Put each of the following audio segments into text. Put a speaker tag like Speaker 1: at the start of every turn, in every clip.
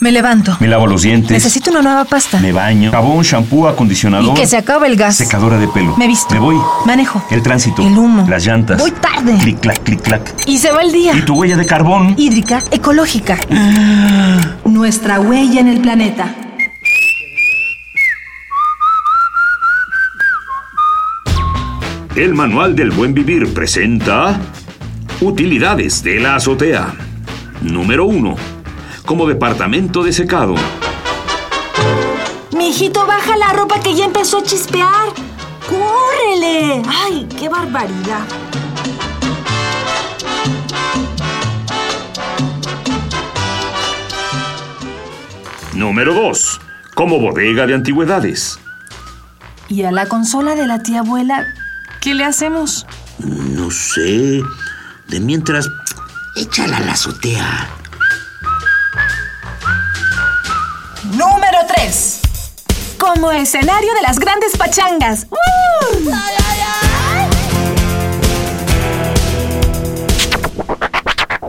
Speaker 1: Me levanto.
Speaker 2: Me lavo los dientes.
Speaker 1: Necesito una nueva pasta.
Speaker 2: Me baño. Jabón, shampoo, acondicionador.
Speaker 1: Y que se acabe el gas.
Speaker 2: Secadora de pelo.
Speaker 1: Me visto.
Speaker 2: Me voy.
Speaker 1: Manejo.
Speaker 2: El tránsito.
Speaker 1: El humo.
Speaker 2: Las llantas.
Speaker 1: Voy tarde.
Speaker 2: Clic, clac, clic, clac.
Speaker 1: Y se va el día.
Speaker 2: Y tu huella de carbón.
Speaker 1: Hídrica, ecológica.
Speaker 2: Ah.
Speaker 3: Nuestra huella en el planeta.
Speaker 4: El Manual del Buen Vivir presenta Utilidades de la azotea. Número 1. Como departamento de secado.
Speaker 3: Mijito, baja la ropa que ya empezó a chispear. ¡Córrele! ¡Ay, qué barbaridad!
Speaker 4: Número 2. Como bodega de antigüedades.
Speaker 3: ¿Y a la consola de la tía abuela
Speaker 1: ¿Qué le hacemos?
Speaker 5: No sé. De mientras, échala a la azotea.
Speaker 3: Número 3. Como escenario de las grandes pachangas. ¡Uh!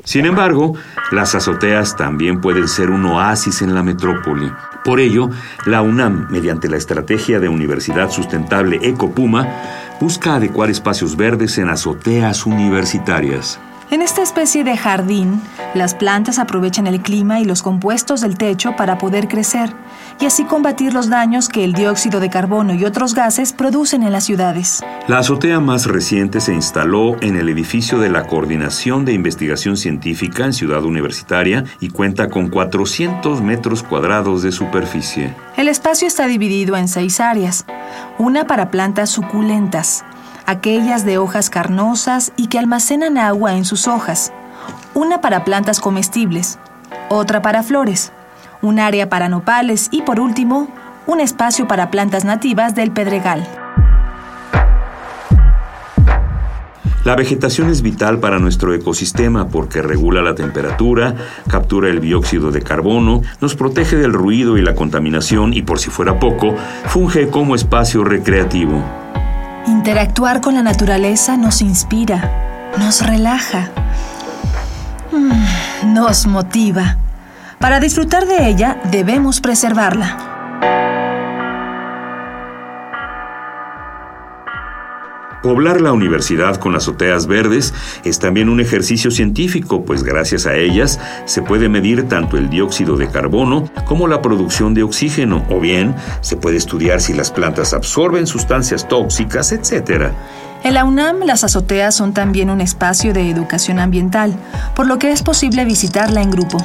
Speaker 4: Sin embargo, las azoteas también pueden ser un oasis en la metrópoli. Por ello, la UNAM, mediante la estrategia de Universidad Sustentable Ecopuma, busca adecuar espacios verdes en azoteas universitarias.
Speaker 3: En esta especie de jardín, las plantas aprovechan el clima y los compuestos del techo para poder crecer y así combatir los daños que el dióxido de carbono y otros gases producen en las ciudades.
Speaker 4: La azotea más reciente se instaló en el edificio de la Coordinación de Investigación Científica en Ciudad Universitaria y cuenta con 400 metros cuadrados de superficie.
Speaker 3: El espacio está dividido en seis áreas, una para plantas suculentas, aquellas de hojas carnosas y que almacenan agua en sus hojas, una para plantas comestibles, otra para flores, un área para nopales y por último, un espacio para plantas nativas del Pedregal.
Speaker 4: La vegetación es vital para nuestro ecosistema porque regula la temperatura, captura el dióxido de carbono, nos protege del ruido y la contaminación y por si fuera poco, funge como espacio recreativo.
Speaker 3: Interactuar con la naturaleza nos inspira, nos relaja, mm, nos motiva. Para disfrutar de ella debemos preservarla.
Speaker 4: Poblar la universidad con azoteas verdes es también un ejercicio científico, pues gracias a ellas se puede medir tanto el dióxido de carbono como la producción de oxígeno, o bien se puede estudiar si las plantas absorben sustancias tóxicas, etc.
Speaker 3: En la UNAM las azoteas son también un espacio de educación ambiental, por lo que es posible visitarla en grupo.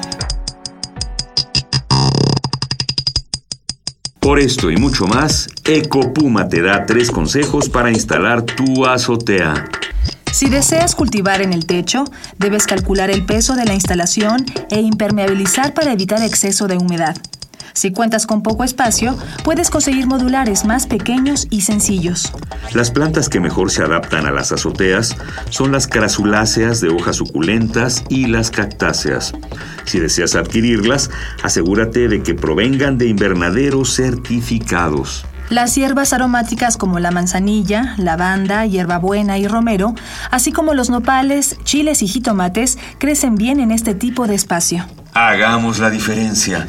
Speaker 4: Por esto y mucho más, Ecopuma te da tres consejos para instalar tu azotea.
Speaker 3: Si deseas cultivar en el techo, debes calcular el peso de la instalación e impermeabilizar para evitar exceso de humedad. Si cuentas con poco espacio, puedes conseguir modulares más pequeños y sencillos.
Speaker 4: Las plantas que mejor se adaptan a las azoteas son las crasuláceas de hojas suculentas y las cactáceas. Si deseas adquirirlas, asegúrate de que provengan de invernaderos certificados.
Speaker 3: Las hierbas aromáticas como la manzanilla, lavanda, hierbabuena y romero, así como los nopales, chiles y jitomates, crecen bien en este tipo de espacio.
Speaker 4: Hagamos la diferencia.